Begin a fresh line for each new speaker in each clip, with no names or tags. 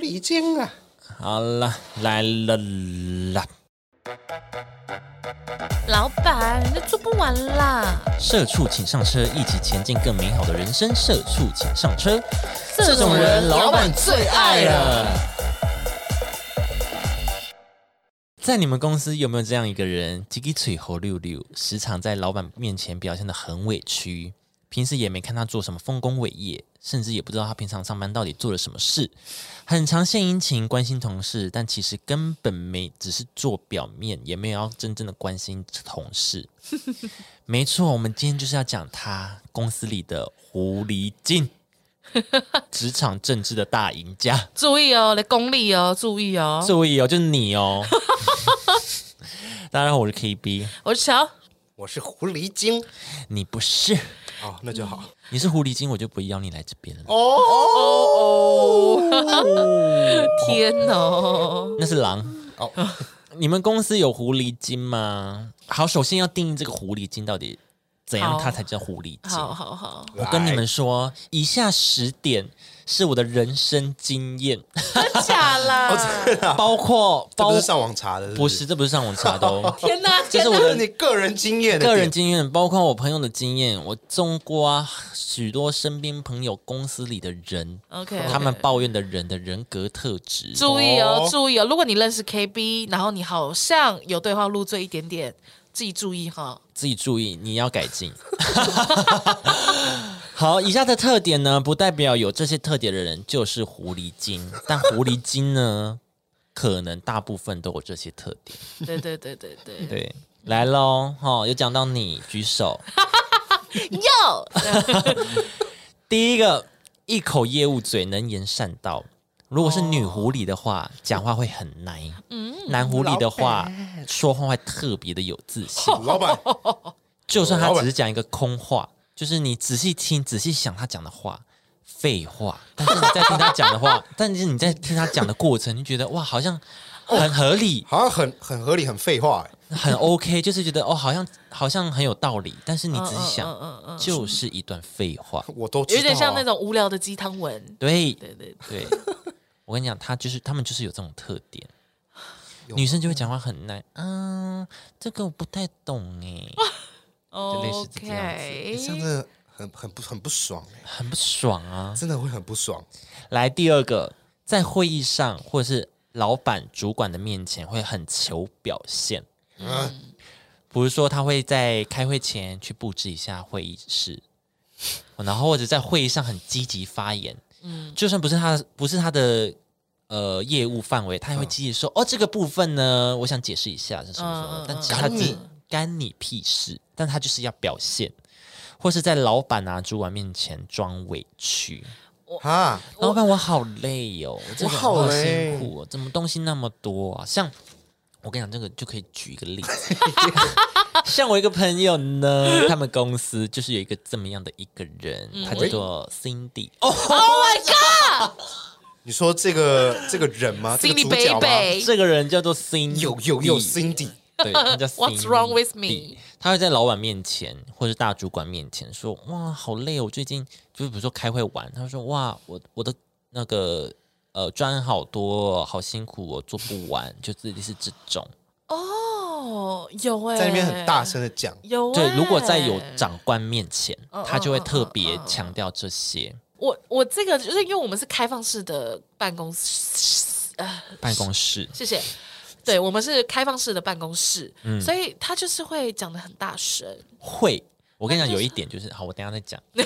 礼金啊！
好了，来了啦！
老板，那做不完啦！
社畜请上车，一起前进更美好的人生。社畜请上车，这种人老板最爱了。在你们公司有没有这样一个人，叽叽嘴猴溜溜，时常在老板面前表现得很委屈，平时也没看他做什么丰功伟业，甚至也不知道他平常上班到底做了什么事，很常献殷勤关心同事，但其实根本没只是做表面，也没有要真正的关心同 事。没错，我们今天就是要讲他公司里的狐狸精，职场政治的大赢家。
注意哦，你功力哦，注意哦！
注意哦，就是你哦。 大家好，我是 KB，
我是乔，
我是狐狸精
你不是，
哦，那就好。
你是狐狸精，我就不会邀你来这边了。
哦
天哦，
那是狼。
哦，
你们公司有狐狸精吗？好，首先要定义这个狐狸精到底怎样，
好
它才叫狐狸精。
好好好，
我跟你
哎
们说，以下十点是我的人生经验，
真 假啦？，
包括
这
包
不是上网查的，
不是，这不是上网查的哦
天 哪！
这是我
这是
的
你个人经验的
个
点，
人经验，包括我朋友的经验，我中过啊许多身边朋友、公司里的人
OK，OK
他们抱怨的人的人格特质。
注意哦
哦，
注意哦！如果你认识 KB，然后你好像有对话入罪一点点，自己注意哈。
自己注意，你要改进。 好，以下的特点呢，不代表有这些特点的人就是狐狸精，但狐狸精呢，可能大部分都有这些特点。
对对对对 对，
对，来喽，哈、有讲到你，举手。
哟，
第一个，一口业务嘴，能言善道。如果是女狐狸的
哦
话，讲话会很奶；
嗯
男狐狸的话，说话会特别的有自信。
哦老板，
就算他
老板
只是讲一个空话，就是你仔细听、仔细想他讲的话，废话。但是你在听他讲的 话，但是你在听他讲的过程，你就觉得哇，好像
哦
很合理，
好像很很合理，很废话哎。
很 OK，就是觉得哦，好像好像很有道理。但是你仔细
嗯
想，
嗯
就是一段废话。
我都知道啊
有点像那种无聊的鸡汤文。
对
对对，
对，我跟你讲，他就是他们就是有这种特点。
有
女生就会讲话很难，嗯，这个我不太懂哎，
哦
类似这样子
欸这样真的很很不很不爽哎，
很不爽啊。
真的会很不爽。
来第二个，在会议上或者是老板、主管的面前会很求表现，
嗯，
比如说他会在开会前去布置一下会议室，然后或者在会议上很积极发言，
嗯
就算不是他不是他的呃业务范围，他也会积极说、哦这个部分呢，我想解释一下是什么什么，
嗯嗯嗯
但
嗯
其实他
干
只
你
干你屁事，但他就是要表现。或是在老板啊、主管面前装委屈，
哈，
老板，我好累哦，我真的
我好累
辛苦哦，怎么东西那么多啊？像我跟你讲，这个就可以举一个 例子，像我一个朋友呢， 他们公司就是有一个这么样的一个人，
嗯
他叫做 Cindy，哦，
你说这个这个人吗？这个主
Cindy
角吗？
Baby
哦这个人叫做 Cindy，
有有有 Cindy，
对，他叫
What's wrong
Cindy
with me？
他会在老板面前或者大主管面前说：“哇，好累哦，我最近就是比如说开会完，他说：‘哇，我我的那个呃专案好多哦，好辛苦哦，我做不完。’就自己是这种。
哦，有哎，
在那边很大，声的讲，
有欸
对，如果在有，长官面前，
嗯
他就会特别强调这些
我我这个就是因为我们是开放式的办公室，呃，
办公室。
谢谢。对我们是开放式的办公室，
嗯
所以他就是会讲的很大声。
会，我跟你讲，有一点就是，好，我等一下再讲。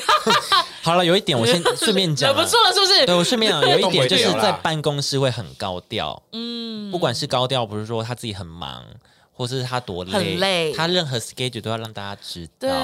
好了，有一点我 先顺便讲
忍
啊、
不住了，是不是？
对我顺便讲，有一点就是
动不了
在
啦
办公室会很高调，嗯，不管是高调，不是说他自己很忙，或是他多累，
很累
他任何 schedule 都要让大家知
对
道。，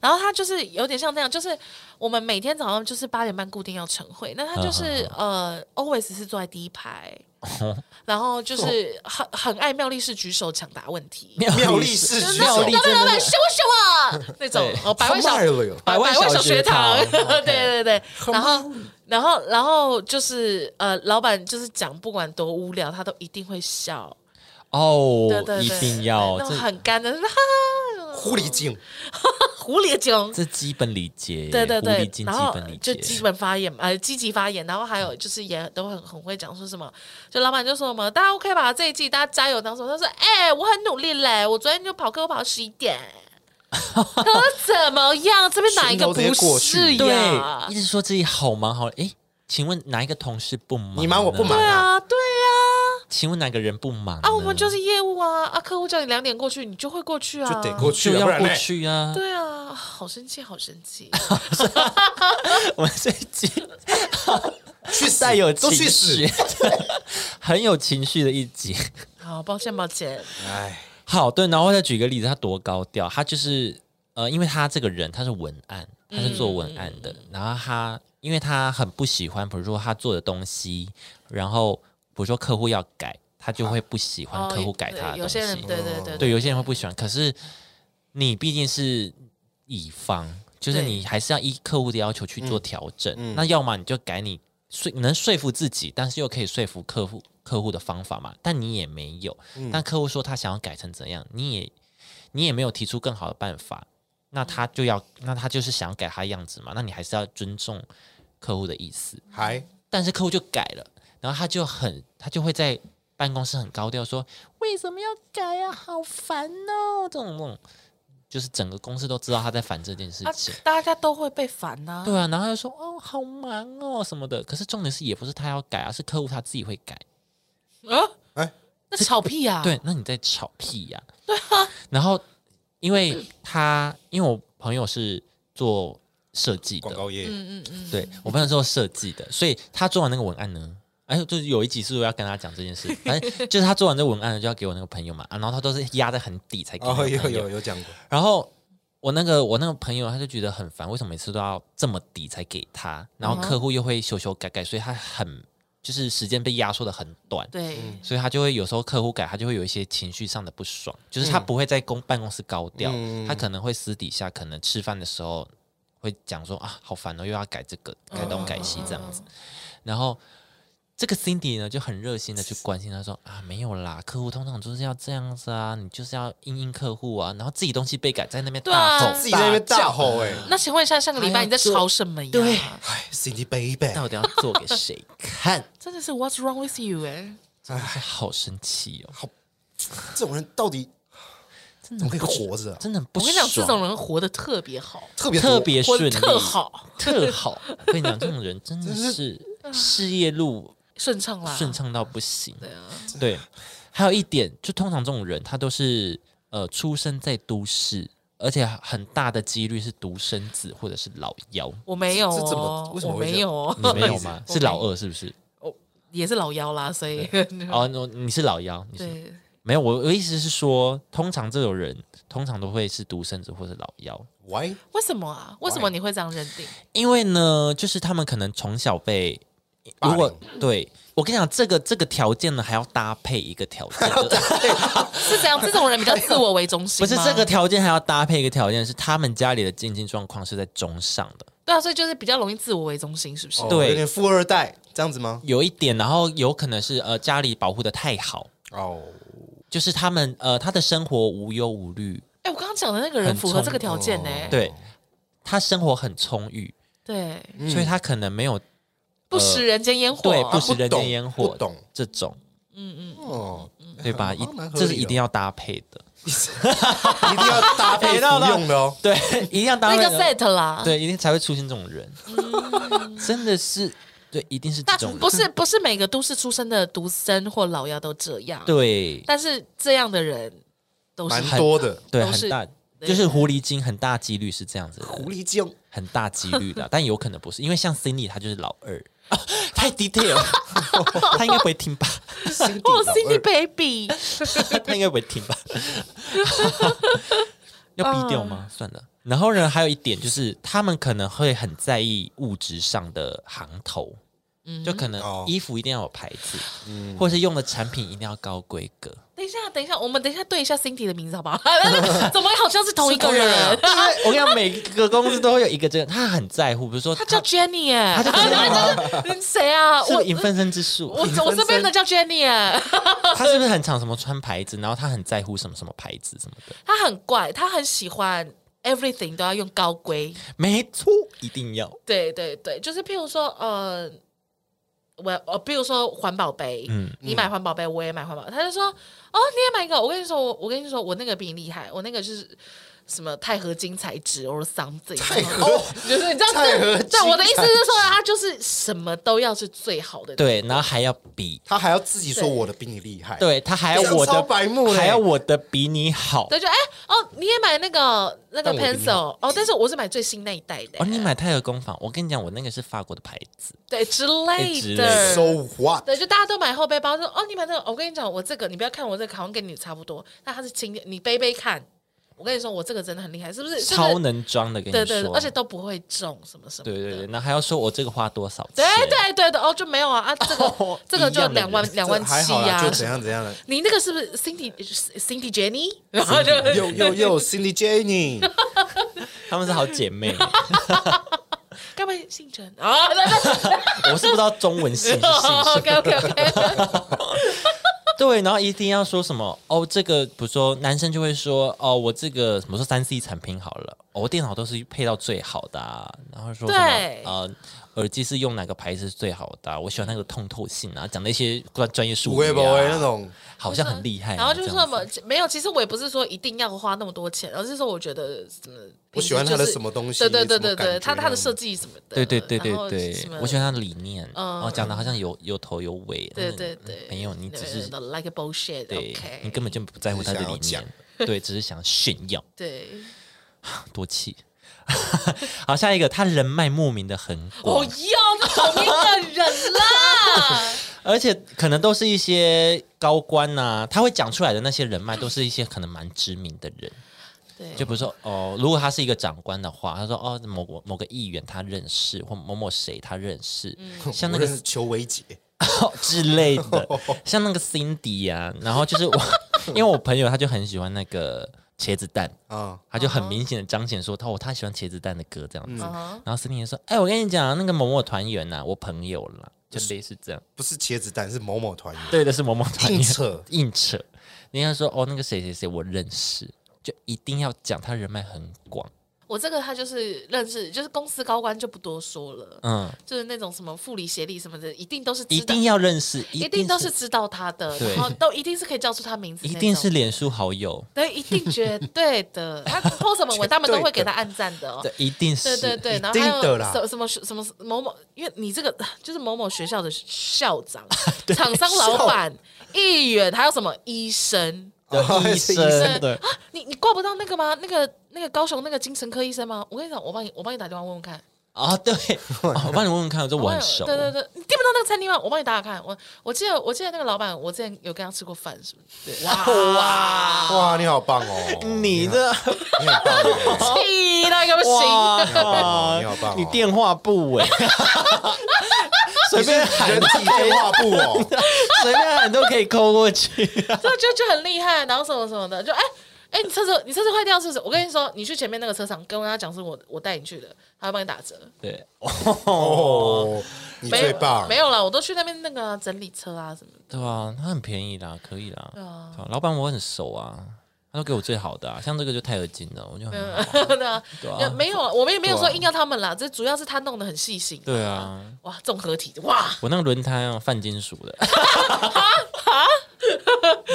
然后他就是有点像那样，就是我们每天早上就是八点半固定要晨会，那他就是
嗯
呃，always 是坐在第一排，
哦
然后就是很很爱妙力士举手抢答问题，
妙力
是
士举
妙
手
力，
老板老
真
板
的
凶我 凶我那种
对
哦，百万
他
小
卖了哟，
百万
万
小学
学堂
堂 OK
对对对，然后然后然后就是呃，老板就是讲不管多无聊，他都一定会笑。
哦
对对对，
一定要
那
哦
种
这
很干的，哈哈
狐狸精，
狐狸精。
这基本礼节，
对对
狐
对
狸，精
然
基
后
本礼
就
节，
基本发言嘛，呃，积极发言，然后还有就是也都很很会讲说什么，就老板就说什么大家 OK 吧，这一季大家加油，当时他说哎、我很努力嘞，我昨天就跑课我跑到十一 点，他说怎么样，这边哪一个
拳头直接
不
过
是
去啊
呀
对，一？直说自己好忙好，诶，请问哪一个同事不忙呢？
你忙我不忙
对啊，对啊，
请问哪个人不忙呢？
啊，我们就是业务啊，啊，客户叫你两点过去，你就会过去啊，
就得过去
就
啊，
要
不然
过
嘞
去啊！
对啊，好生气，好生气。
我们这一集
去死
带有
都
情
去死
绪，， 很有情绪的一集。
好，抱歉，抱歉。
哎，
好，对，然后再举一个例子，他多高调，他就是呃，因为他这个人他是文案，他是做文案的，
嗯
然后他因为他很不喜欢，比如说他做的东西，然后比如说客户要改，他就会不喜欢客户改他的
哦有
东西，
些人对对对
对，有些人会不喜欢，可是你毕竟是乙方，就是
对嗯
你还是要依客户的要求去做调整。那要么你就改你说能说服自己，但是又可以说服客户客户的方法嘛，但你也没有。
嗯
但客户说他想要改成怎样，你也你也没有提出更好的办法，那他就要那他就是想改他样子嘛，那你还是要尊重客户的意思。
还
但是客户就改了，然后他就很他就会在办公室很高调说为什么要改呀、好烦哦，这种这种，就是整个公司都知道他在烦这件事
啊
情。，
大家都会被烦呐、
对啊，然后他就说哦，好忙哦什么的。可是重点是，也不是他要改啊，是客户他自己会改。
啊。
哎
那吵屁啊！
对，那你在吵屁呀、然后，因为他因为我朋友是做设计的
广，告业
嗯，嗯嗯
对我朋友做设计的，所以他做完那个文案呢，哎，就是有一集是我要跟他讲这件事，反正就是他做完这文案呢，就要给我那个朋友嘛，啊，然后他都是压在很底才给我
哦，
那个
有
朋友，
有有讲过，
然后我那个我那个朋友他就觉得很烦，为什么每次都要这么底才给他，然后客户又会修修改改，所以他很就是时间被压缩的很短，
对，
所以他就会有时候客户改，他就会有一些情绪上的不爽，就是他
嗯
不会在公办公室高调，
嗯
他可能会私底下可能吃饭的时候会讲说啊，好烦哦，又要改这个
嗯
改东改西这样子。然后这个 Cindy 呢就很热心的去关心他说啊，没有啦，客户通常就是要这样子啊，你就是要应应客户啊，然后自己东西被改在那边
对啊
大吼，
自己在那边大
叫，
吼哎，
那请问一下，上个礼拜你在吵什么呀？
哎对
哎，Cindy baby，
到底要做给谁 看？
真的是 What's wrong with you？哎，
好生气哦，
这种人到底
真
怎
的
么可以活着啊？
真的很不
我跟你讲，这
爽
种人活得特别好，
特别多
特别
活
顺
得
利，
特好，
特好。我跟你讲，这种人真的是事业路
顺畅啦，
顺。畅到不行。
对啊，
对，还有一点，就通常这种人，他都是呃出生在都市，而且很大的几率是独生子或者是老幺。
我没有
这这怎么
哦
为，什么
我
会这样
没有哦，
你没有 吗？
我
是老
没有，
二是不是？
我也是老幺啦，所以
哦，no，你是老幺，你是
对，
没有。我我意思是说，通常这种人通常都会是独生子或者老幺，
Why？
为什么啊？为什么你会这样认定？
因为呢，就是他们可能从小被，
霸
如
凌
果对我跟你讲，这个这个条件呢，还要搭配一个条 件，
是这样，这种人比较自我为中 心
不
吗，
是这个条件还要搭配一个条件是他们家里的经济状况是在中上的，
对啊，所以就是比较容易自我为中心，是不是？
哦
对
有点富二代这样子吗？
有一点，然后有可能是呃家里保护的太好，
哦，
就是他们呃他的生活无忧无虑，
哎、我刚刚讲的那个人符合这个条件呢、
很
对他生活很充裕，
对，
嗯
所以他可能没有
不食人间烟火，
呃对
啊
不食人
不
间
懂
烟火，
不懂
这种
哦，
对吧？一
好像蛮合理
这
的
是一定要搭配的，。
一定要搭配服用的哦
对，一定要搭
那
配
个
的
set 啦，
对，一定才会出现这种人，真的是对，一定是这
那
种人，
嗯不是不是每个都市出身的独生或老幺都这样，，
对
但是这样的人都是
蛮多的
对，
都是
很大，
对
就是狐狸精很大几率是这样子的，
狐狸精，
很大几率 的，但有可能不是，因为像 Cindy 她就是老二，啊太 detail，了 她应该不会听吧？
哦
哦
Cindy Baby，
她应该不会 听吧？要逼掉
呃
吗？算了。然后呢，还有一点就是，他们可能会很在意物质上的行头，
嗯
就可能
哦
衣服一定要有牌子，或是用的产品一定要高规格。
等一下，等一下，我们等一下对一下 Cindy 的名字好 不好？怎么好像是同一个人？
啊我跟你讲，每个公司都会有一个这个，他很在乎，比如说
他叫 Jenny 耶，
他就
然后就是 谁啊？
是
我
不是影分身之术，
我我这边的叫 Jenny 耶，
他是不是很常什么穿牌子，然后他很在乎什么什么牌子什么的？
他很怪，他很喜欢 everything 都要用高规。
没错，一定要。
对对对，就是譬如说，呃，我呃，比如说环保杯，
嗯
你买环保杯，我也买环保，他就说，哦，你也买一个，我跟你说，我我跟你说，我那个比你厉害，我那个就是。什么钛合金材质 or something？钛合就是你知道，
钛合
对
金
对，我的意思是说，它就是什么都要是最好的。
对，然后还要比，
他还要自己说我的比你厉害，，
对他还要我
这样
的
超白目嘞
还要我的比你好。
对，就哎哦，你也买那个那个
但我比你
pencil 哦，但是我是买最新那一代的。
哦，你买泰和工坊，我跟你讲，我那个是法国的牌子，
对之
哎
类
之类的
的
So what？
对，就大家都买后背包，说哦，你买这个，我跟你讲，我这个你不要看我这个好像跟你差不多，那它是轻的，你背背看。我跟你说，我这个真的很厉害，是不是？是不是
超能装的，跟你
对
说。
对，对而且都不会中什么什么
对
的。
对对，然后还要说我这个花多少钱？
对对对的哦，就没有啊啊，这 个
哦
这个就
一样的
两万
人
两万
这还
七
好啦，
呀
就。怎样怎样的，
你那个是不是 Cindy Cindy Jenny？然后就
又又又 Cindy Jenny，
她们是好姐妹。
该不会姓陈啊？那哦那
我是不知道中文姓是姓 什么。
OK OK OK，
对，然后一定要说什么哦，这个比如说男生就会说哦，我这个什么说三 C 产品好了，哦我电脑都是配到最好的、啊，然后说什
对
么呃，耳机是用哪个牌子是最好的啊、我喜欢那个通透性啊，讲的一些专专业术
不会
语、
不会
啊，
哎那种，
好像很厉害啊、
然后就是
这
说
样
什么没有，其实我也不是说一定要花那么多钱，而是说我觉得什么，
我喜欢
就是
它的什么东西
对对对
什么
对对，
感觉
它它的
这样子
设计什么的，
对对对对
然后
对
什，么
我喜欢他的理念，
嗯
哦，讲的好像有有头有尾，
对
嗯
对对，
没有，你只是
like a bullshit，
对
OK，
你根本就不在乎他的
只
理
是想
念
要，
对，只是想炫耀，
对，
多气。 好，下一个，他人脉莫名的很
我
广，
要同一个人 啦，
而且可能都是一些高官呐、他会讲出来的那些人脉，都是一些可能蛮知名的人。
对，
就比如说，哦，如果他是一个长官的话，他说，哦，某某某个议员他认识，或某某谁他认识，
嗯
像那
我
个
认识邱维杰，
之类的，像那个 Cindy 呀、然后就是我， 因为我朋友他就很喜欢那个茄子蛋，
啊，
他就很明显的彰显说他哦他喜欢茄子蛋的歌这样子，
嗯哼
然后 Cindy 就说，哎、我跟你讲，那个某某团员呐、啊我朋友啦，就类似这样，
不是茄子蛋，是某某团员，
对的是某某团员
硬 扯
硬扯，人家说哦那个谁谁谁我认识，就一定要讲他人脉很广，
我这个他就是认识，就是公司高官就不多说了，
嗯，
就是那种什么副理、协理什么的，一定都是
一
知道
定。要认识，
一
定
定都是。知道他的，
对
然后都一定是可以叫出他名字那
一
种，
定是脸书好友，
对，一定绝对的。他 po 什么文，他们都会给他按赞的哦。
对，一定是，
对对对，然
一定
后还
的
有
啦
什什么什么某某，因为你这个就是某某学校的校长、厂商老板、议员，还有什么医生？啊
哦
的医
是医
生，
生
对，
你你挂不到那个吗？那个那个高雄那个精神科医生吗？我跟你讲，我帮你我帮你打电话问问看。
啊，对，哦我帮你问问看，这我
帮
很
你
熟。
哦对对对，你订不到那个餐厅吗？我帮你打打看。我我记得我记得那个老板，我之前有跟他吃过饭，是不是？对，哇哇，
哇，你好棒哦，
你的
你很棒哦，
气到一个不行。
哇，
你好棒哦
你电话簿哎，随便喊
人体电话簿哦，
随便喊都可以扣过去。
就就就很厉害，然后什么什么的，就哎哎、你车子你车子坏掉是不是？我跟你说，你去前面那个车厂跟他讲是我我带你去的，他会帮你打折。
对，
哦，你
没有
最棒，
没有啦，我都去那边那个整理车啊什么的。
对啊，它很便宜啦，可以啦。对
啊
啊，老板我很熟啊，他都给我最好的啊，像这个就钛合金的，我就很好
对啊，
对
也
啊，
没有，我们也没有说
对啊
硬要他们啦，这主要是他弄得很细心。
对啊，
哇，综合体哇，
我那个轮胎啊，泛金属的，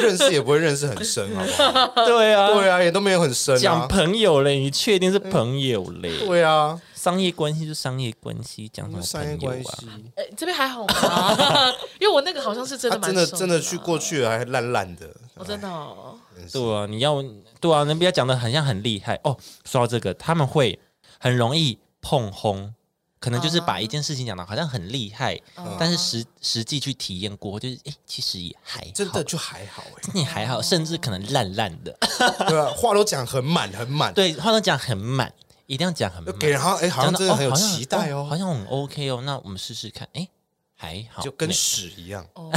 认识也不会认识很深，好不 好？
对啊，嗯
对啊，也都没有很深
讲
啊，
朋友嘞，你确定是朋友嘞？
对啊，
商业关系就商业关系，讲什么
商业
朋
关
友啊？
系，
哎、这边还 好吗？因为我那个好像是真
他啊
的蛮
真的
熟
真的去
啦，
过去了，还烂烂的，
我、真 的、哦，
对啊，你要对啊，人家讲的很像很厉害哦。说到这个，他们会很容易碰轰，可能就是把一件事情讲的好像很厉害，但是实实际去体验过，就是哎，其实也还好
真的就还好哎、
你还好，甚至可能烂烂的。
对啊，话都讲很满很满，，
对，话都讲很满，一定要讲很
就
满，
给人好像哎、好像
讲得
真的
哦
很有
好像
期待哦，
好像很 OK 哦。那我们试试看，哎，还好呢，
就跟屎一样。
哦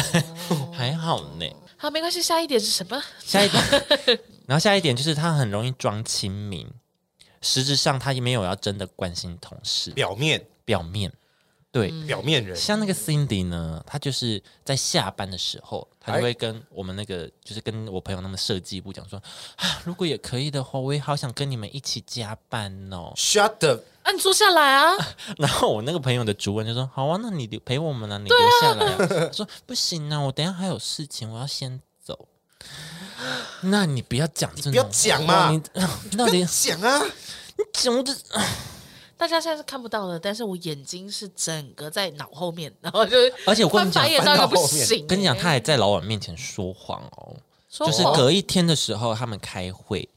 还好呢。
好，没关系。下一点是什么？
下一点，然后下一点就是他很容易装亲民，实质上他也没有要真的关心同事，
表面
表面对。
嗯
表面人，
像那个 Cindy 呢，她就是在下班的时候，她就会跟我们那个，就是跟我朋友他们设计部讲说，啊，如果也可以的话，我也好想跟你们一起加班哦。
shut the
啊，你坐下来啊！
然后我那个朋友的主管就说：“好啊，那你留陪我们啊，你留下来、啊。 我说：“不行啊，我等一下还有事情，我要先走。”那你不要讲这种话，
不要讲嘛
你到底
讲啊，
讲我就
大家现在是看不到的，但是我眼睛是整个在脑后面，然后就是
而哎且我跟你
翻
讲
白眼到一个
翻
不
到后面
行、
跟你讲，
欸
他还在老板面前说谎哦，嗯
说
就是
谎
隔一天的时候他们开会，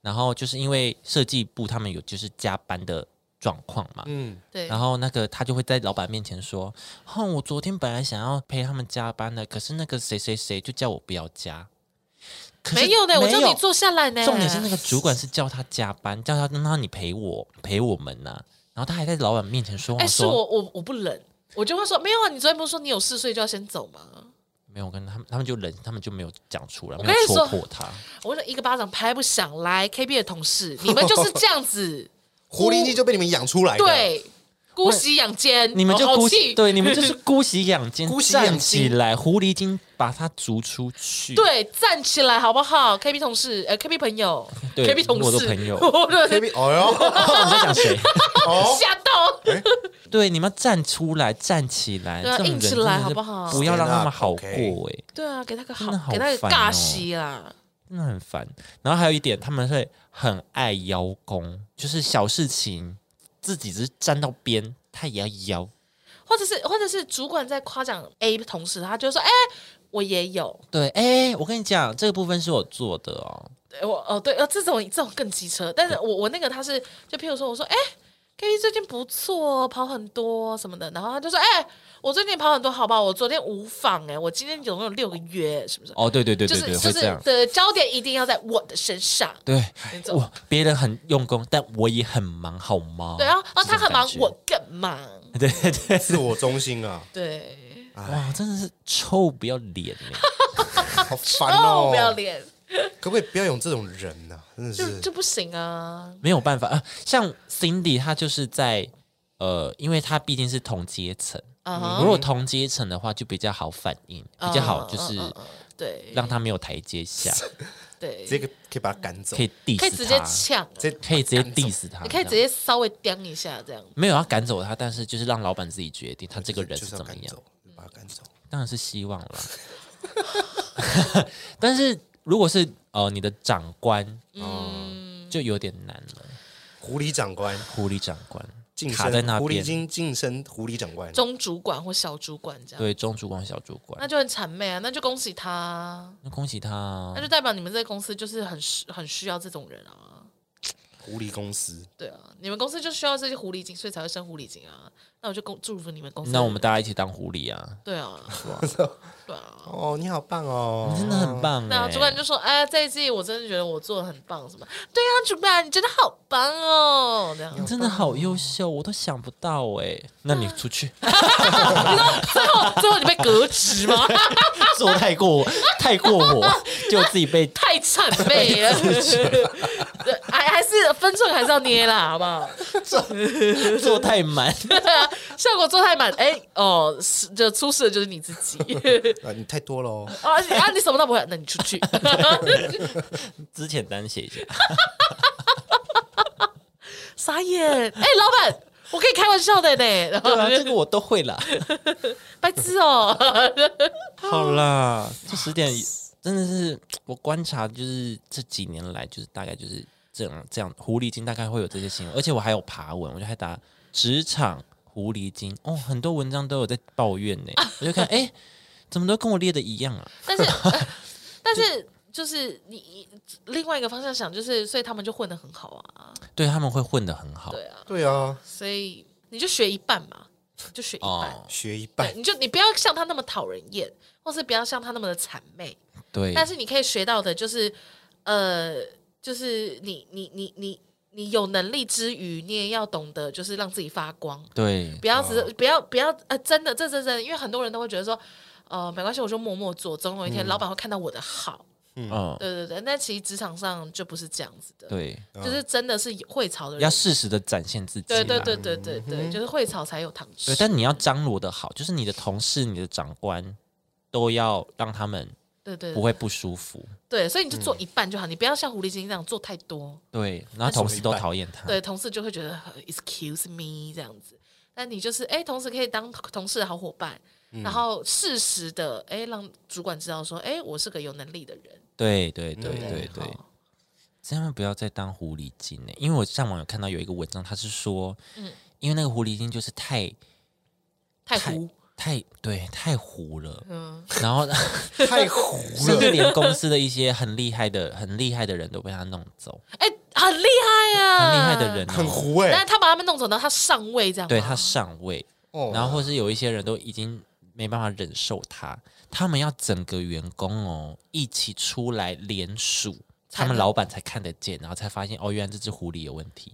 然后就是因为设计部他们有就是加班的状况嘛，
嗯，
对
然后那个他就会在老板面前说：“哼、我昨天本来想要陪他们加班的，可是那个谁谁谁就叫我不要加。”可是
没有呢，我叫
没
你
有
坐下来呢。
重点是那个主管是叫他加班，叫他让你陪我陪我们呐、然后他还在老板面前说
哎、
谎
是
说：“
我我我不忍，我就会说没有啊，你昨天不是说你有事，所以就要先走吗？
没有我跟他们，他们就忍，他们就没有讲出来，
我
没有
跟你
戳
说
破他。
我说一个巴掌拍不响，来 KB 的同事，你们就是这 样子，
狐狸精就被你们养出来的，，
对，姑息养奸，
哎啊
哦
你们就
好
姑
气
息，对，你们就是姑息养奸，
姑息养
站
奸
起来，狐狸精把他逐出去。
对，站起来好不好？KB 同事，呃，KB 朋友
对
，KB 同事，
我的朋友
我的
，baby，哦
我在讲谁？
哟，哦，
吓到，
对，你们要站出来，站起来，
对啊
这种人
硬起
真的
来
是
好不好
不要让他们
Stand
好
up，
过、
OK
哎，
对啊，给他个好
真的，好
给他个
烦
尬啊
哦
息啦。
真的很烦。然后还有一点，他们会很爱邀功，就是小事情自己只是沾到边，他也要邀。
或者是，或者是主管在夸奖 A 同事，他就说：“哎、我也有，
对，哎、我跟你讲，这个部分是我做的哦。
对我哦，对，呃，这种这种更机车。但是我我那个他是，就譬如说，我说，哎、k T 最近不错哦，跑很多哦什么的，然后他就说，哎、我最近跑很多，好吧，我昨天无访，哎，我今天总共有六个月，是不是？
哦，对对对
就
对对，
是就
会这
是
样。
的焦点一定要在我的身上。
对
那，种
我别人很用功，但我也很忙，好吗？
对啊，哦，
这
他
种
很忙
感，觉
我更忙。
对对对，
自我中心 啊，
对，
哇，真的是臭不要脸欸呢。
好烦
哦，
哦，
不要，脸，
可不可以不要有这种人呢？真的
就是就不行啊。
没有办法啊。像 Cindy 她就是在呃，因为她毕竟是同阶层，
啊
如
哈，
果同阶层的话，就比较好反应，比较好就是
嗯嗯嗯嗯对
让她没有台阶下，
对，
直接可以把他赶走
可，以 diss
可以直接啊
她
抢，
直接
可以直接
赶走
diss 她，
你可以直
这样
接稍微刁一下这样。
没有要赶走她，但是就是让老板自己决定她这个人
就是是
怎
要
么
赶
样，
走，把他赶走，
当然是希 望了。但是如果是呃你的长官，嗯，就有点难了，
狐狸长官
狐狸长官
晋
卡在
升，
那
狐狸
边，
精晋升狐狸长官，
中主管或小主管这样，
对中主管小主管
那，就很谄媚啊，那就恭喜他啊，
那恭喜他啊、
那就代表你们这个公司就是很需很需要这种人啊，
狐狸公司，
对啊，你们公司就需要这些狐狸精，所以才会生狐狸精啊，那我就恭祝福你们公司，
那我们大家一起当狐狸啊，
对啊，对啊。
哦，你好棒哦，
真的很棒哎、
那主管就说：“哎，这一季我真的觉得我做的很棒，什么？对啊，主管你真的好棒哦，这样
你。真的好优秀，我都想不到哎、那你出 去，
最后最后你被革职吗？
做太过太过火， 就自己被
太谄 媚了，对还还是分寸还是要捏啦，好不好？
做太满，
对啊， 效果做太满，哎、哦，是就出事的就是你自己
啊，你太多了哦，
啊你啊！你什么都不会，那你出去。
之前单写一下，
傻眼，哎、老板，我跟你开玩笑的呢，然后
对啊，这个我都会啦。
白痴哦、
好啦， 这十点真的是我观察，就是这几年来，就是大概就是这样这样，狐狸精大概会有这些行为，而且我还有爬文，我就还打职场狐狸精哦，很多文章都有在抱怨 呢，我就看哎。诶怎么都跟我列的一样啊？
但是， 呃但是就是你另外一个方向想，就是所以他们就混得很好啊，
对他们会混得很好
对啊，
对啊，
所以你就学一半嘛，你就学一半。
哦，
学一
对，
半，
你就你不要像他那么讨人厌，或是不要像他那么的谄媚，
对，
但是你可以学到的就是，呃，就是你你你你你有能力之余，你也要懂得就是让自己发光，
对
不要只、不要不要呃，真的这这真的，因为很多人都会觉得说，呃，没关系，我就默默做，总有一天老板会看到我的好。
嗯，
对对对，那其实职场上就不是这样子的，
对，
就是真的是有会炒的
嗯要
人，
适时的展现自己。
对对对。对对对，就是会炒才有糖
对，
吃。
但你要张罗的好，就是你的同事、你的长官都要让他们
对对
不
对
会嗯不舒服。
对，所以你就做一半就好，你不要像狐狸精那样做太多，
对，然后同事都讨厌他。
对，同事就会觉得呃 excuse me 这样子。但你就是哎，同时可以当同事的好伙伴，
嗯
然后适时的哎让主管知道说，哎，我是个有能力的人。
对对对对对
嗯好，
千万不要再当狐狸精呢、因为我上网有看到有一个文章，他是说，因为那个狐狸精就是太
嗯太糊，
太对太糊了，
嗯，
然后
太糊
甚至
了，
连公司的一些很厉害的、很厉害的人都被他弄走，
哎，很厉害啊，啊
很厉害的人、
很
哦，
糊哎、
但是他把他们弄走，然后他上位这样吗，
对他上位，
哦
然后或是有一些人都已经没办法忍受他，他们要整个员工哦一起出来联署，他们
才能
老板才看得见，然后才发现哦，原来这只狐狸有问题。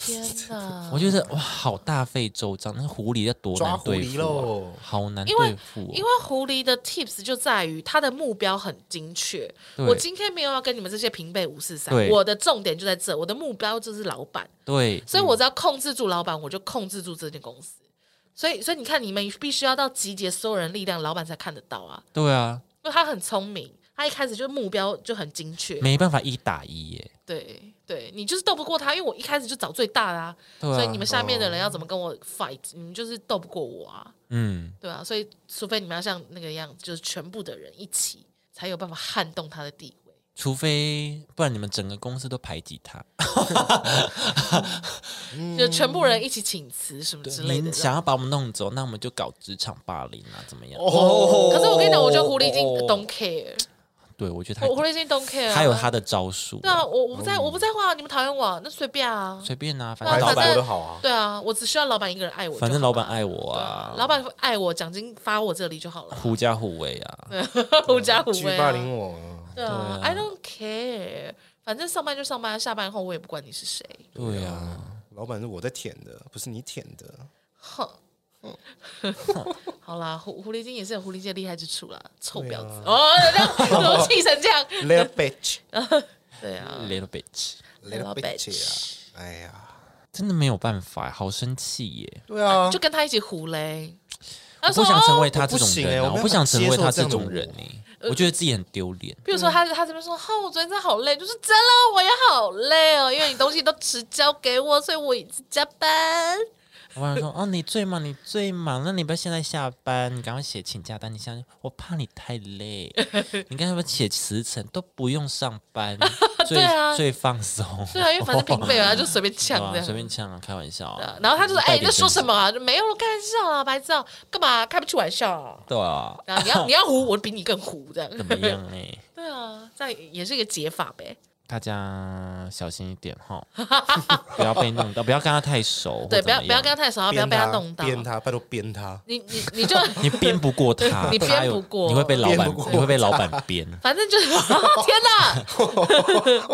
天哪！
我觉得哇，好大费周章，那狐狸要多
啊抓
难
狐
对
狸
付、啊，
喽。
好难
因为
对付、哦。
因为狐狸的 tips 就在于它的目标很精确。
对
我今天没有要跟你们这些平辈五四三，
对
我的重点就在这，我的目标就是老板，
对
所以我只要控制住老板，我就控制住这间公司。所以，所以你看，你们必须要到集结所有人力量，老板才看得到啊。
对啊，
因为他很聪明，他一开始就目标就很精确。
没办法一打一耶。
对对，你就是斗不过他，因为我一开始就找最大的啊。
对啊
所以你们下面的人要怎么跟我 fight，、你们就是斗不过我啊。
嗯，
对啊，所以除非你们要像那个样，就是全部的人一起，才有办法撼动他的地位。
除非不然你们整个公司都排挤他，
就全部人一起请辞什么之类的
你。嗯想要把我们弄走，那我们就搞职场霸凌啊，怎么样？
哦
可是我跟你讲，我觉得狐狸精
哦
don't care，
对，我觉得
我狐
他
狸精 don't care，啊
他有他的招数
对，啊，我我不在我不在乎啊，你们讨厌我那随便啊，
哦随便啊，
那
反
白
正
老
老
板
板
活得好啊，
对啊，我只需要老板一个人爱我就好了，
反正老板爱我啊，
老板爱我，奖金发我这里就好了，
狐假虎威啊，
狐假虎
去
威
霸
啊，
凌我，
对啊，I don't care，反正上班就上班，下班后我也不管你是谁，
对啊，
老板是我在舔的，不是你舔的。
哼， 好啦，狐狐狸精也是有狐狸精的厉害之处啦，臭婊子、
对啊
哦， 怎么气成这样？
Little bitch,
对啊，
，little bitch，
little
Little
bitch 啊！哎呀，
真的没有办法，好生气耶！
对啊
就，跟他一起胡嘞。他
我
说
不想成为
哦
他这种人啊，
我不行欸我没办法
我不想成为他这种人
接受
欸
这
哎，
呃
我觉得自己很丢脸。
比如说他他这边说，哈、我昨天真的好累，就是真的我也好累哦，因为你东西都迟交给我，所以我一直加班。
我爸 说：“哦，你最忙，你最忙，那你不要现在下班，你赶快写请假单。你想，我怕你太 累，你刚才要写辞呈，都不用上 班，最、
对啊
最放松。
对啊，因为反正平辈啊，就随 便
对
呛
啊
这，样。
随便呛啊，开玩笑、
对啊
啊。
然后他就说：“
带
哎、你
点
在说
真实
什么啊？就没有，开玩笑啊，白痴啊，干嘛开不起玩笑、啊？
对啊，
然后你要你要糊，我比你更糊这样。
怎么样哎、
对啊，这样也是一个解法呗。
大家小心一点 哈，不要被弄到，不要跟他太熟，
对，
或
不要
怎
不
么
要
样
跟他太熟，不要
鞭
被他弄到。
鞭他，拜托鞭他。
你你 你就
你编不过他，
你
他有
编不过
你会被老板
编不，过
你会被老板编，
反正就是 天 哪，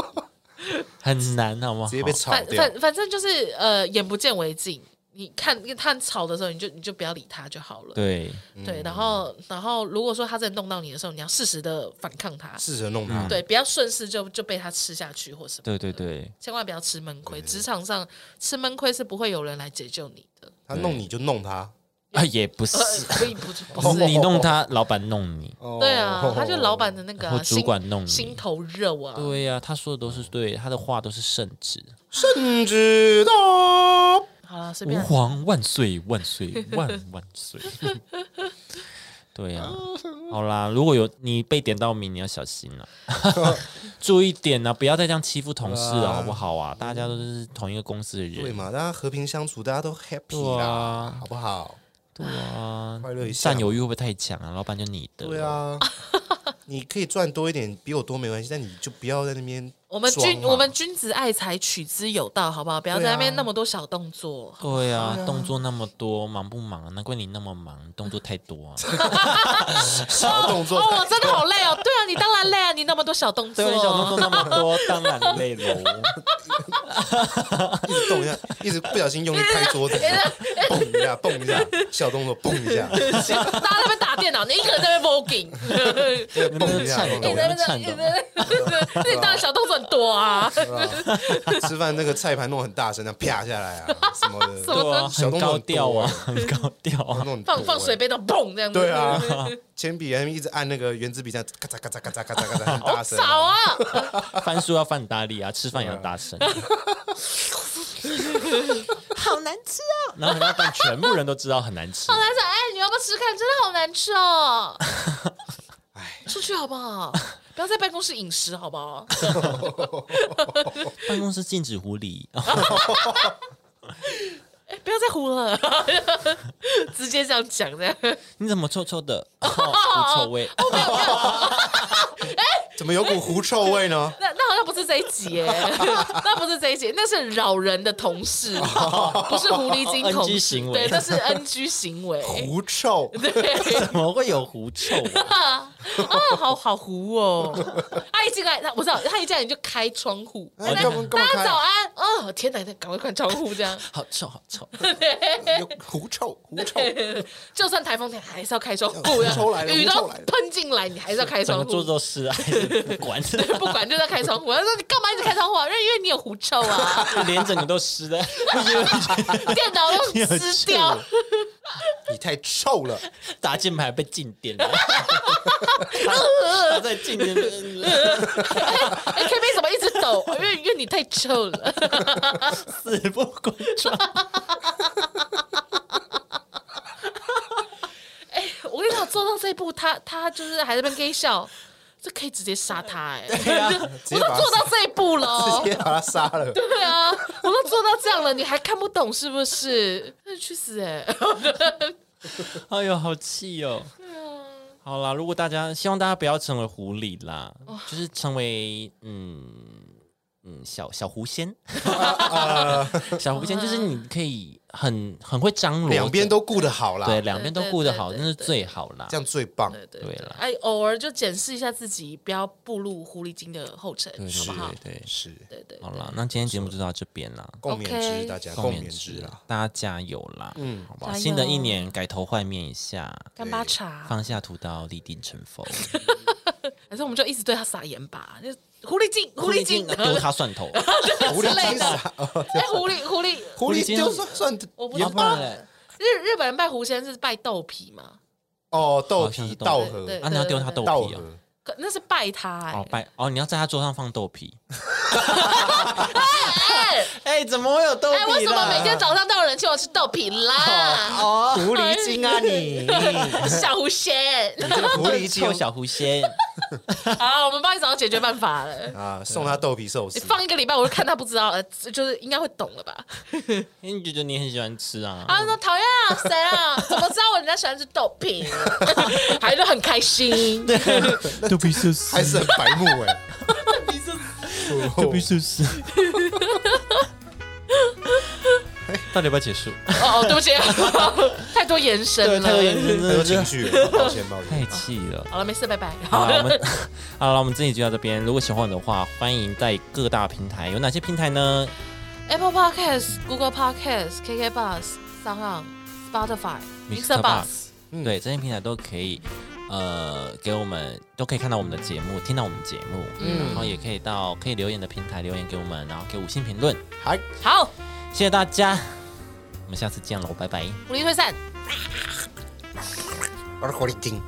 很难好吗？
直接被炒
反
掉，
反反正就是呃，眼不见为净。你看他吵的时候，你就你就不要理他就好了。
对，
对，然后然后如果说他真的弄到你的时候，你要适时的反抗他，
试着弄他。
对，不要顺势就就被他吃下去或什么。
对对 对，
千万不要吃闷亏，职场上吃闷亏是不会有人来解救你的。
他弄你就弄他，
啊，也不 是
呃，可以不 不
不是
是，
你弄他，老板弄你，
哦
对啊，他就老板的那个
然
啊
后主
心
管弄
心
你。
头肉啊。
对呀、他说的都是对，他的话都是圣旨。
甚至到
好了，随
吾
便啊。
皇万岁万 岁万万岁。对呀、好啦，如果有你被点到名，你要小心 了、注意点啊，不要再这样欺负同事了，好不好啊？嗯大家都是同一个公司的
对
人，
嘛，大家和平相处，大家都 happy
对
啦
啊，
好不好？
对啊，
快乐一下
占有欲会不会太强啊？老板就你的，
对，啊，你可以赚多一点，比我多没关系，但你就不要在那边
我们
装
君
嘛
我们君子爱财，取之有道，好不好？不要
对
在那
啊
边那么多小动作。
对啊，动作那么多，忙不忙啊？难怪你那么忙，动作太多 啊！
小动 作
哦，我真的好累哦。对啊，你当然累啊，你那么多小动作。哦
对，你小动作那么多，当然累喽。
一直动一下，一直不小心用力拍桌 子，蹦一下，蹦一下，小动作蹦一下，
大家在那边打电脑，你一个人在那边 voguing，
你
蹦
们
一下，
颤
蹦
抖，
一
你
下
们颤抖。
那你当然小动作很多啊。
吃饭那个菜盘弄很大声，这样啪下来啊，什么的，
么
对啊，
小动作
很高
很
调
多
啊，
欸
很高调啊。
弄很多
放放
欸
水杯都砰这样子。
对啊，铅笔还一直按那个圆珠笔，这样咔嚓咔嚓咔嚓咔嚓咔嚓，很大声。
少啊！
翻书要翻很大力啊，吃饭也要大声。 好难吃啊！然后要让全部人都知道很难吃
后。来说：“哎，你要不要吃看？真的好难吃哦。”出去好不好？不要在办公室饮食好不好？
办公室禁止狐狸，哦
哎，不要再糊了， 直接这样讲这样。
你怎么臭臭的？哦狐臭 味。
怎么有股狐臭味呢？
那那好像不是这一集耶， 那不是这一集，那是扰人的同 事，不是狐狸精 同事
NG 行为
对，那是 NG 行为。
狐臭，
对，
怎么会有狐臭 啊？
啊，好好糊哦！ 他一进来，他我知道，他一进来你就开窗户，
哎干嘛干嘛
大家
开
早安，哦，天哪，赶快关窗户这样。
好臭，好臭！
有狐臭，狐 臭，
就算台风天，还是要开窗户。
狐臭来了
雨
狐臭
都
来了
喷进来，你还是要 开
整
窗
个桌
户
子。都湿啊，还是 不管，
不管就是要开窗户，他说你干嘛一直开窗户啊？因为因为你有狐臭啊，
脸整个都湿 的。
电脑都湿掉
你有。
你太臭了，
打键盘被静电 了，他在静电，
哎，K B 怎么一直抖？因为因为你太臭了。
死不滚床。
哎我跟你讲，做到这一步，他他就是还在那边跟你笑，这可以直接杀他哎、
直
我
接
都
把
做
它
到这一步了哦
直，接把它杀了。
对啊，我都做到这样了，你还看不懂是不是？那你去死哎、
哎呦，好气哦！
啊
好啦，如果大家希望大家不要成为狐狸啦，就是成为嗯嗯小小狐 仙，小狐仙就是你可以很很会张罗，
两边都顾得好啦，
对，两边都顾得好，
对
那
对
是最好啦
这。样最棒。
对对
对
对
啦
哎，偶尔就检视一下自己，不要步入狐狸精的后尘，
对
好不好
对？对对，
是
对对，
好啦，那今天节目就到这边啦。
共勉
OK
之，大家共勉之
之
啦。，
大家加油啦！嗯，好不好？
加油
新的一年改头换面一下，
干巴啊茶，
放下屠刀，立定成佛。
反正我们就一直对他撒盐吧，就狐狸精， 狐狸精，
剁他蒜 头，
狐狸精啥？
哎，狐狸狐狸，
狐
狸
狸
精
精算算
我不知
啊要啊不
道
然，嘞
日日本人拜狐仙是拜豆皮吗？
哦，豆
好像是
皮、
豆
稻
皮
荷、
对
啊，你要丢他豆
稻
皮哦。
荷，
可那是拜他哎、
哦，拜哦，你要在他桌上放豆 皮。
哎、
哎，怎么会有豆
哎，为什么每天早上都有人请我吃豆皮啦？
哦，
狐狸精啊你！
小 狐仙，
你这个狐狸精
臭小狐仙，
好，我们帮你找到解决办法了。
啊，送他豆皮寿
你
司，
放一个礼拜，我就看他不知道了， 就是应该会懂了吧？
你觉得你很喜欢吃啊？
啊，那讨厌啊，谁啊？怎么知道我人家喜欢吃豆皮？ 还是很开心。
豆皮寿司
还是很白目哎。
寿司。 到底要不要结 束？
哦，对不起，太多延伸了。
深
很有情。绪了，抱歉抱
太
歉。
气了。
好了，没事，拜拜。
好了，我们 好了，我们这集就到这边。如果喜欢我的话，欢迎在各大平台，有哪些平台呢？
Apple Podcast、Google Podcast、KK Bus、Sound、Spotify、Mixer Bus。
嗯
对，这些平台都可以，呃，给我们都可以看到我们的节目，听到我们节目，然后也可以到可以留言的平台留言给我们，然后给五星评论，
嗨，
好，
谢谢大家，我们下次见喽，拜拜。
狐狸退散。
我是狐狸精。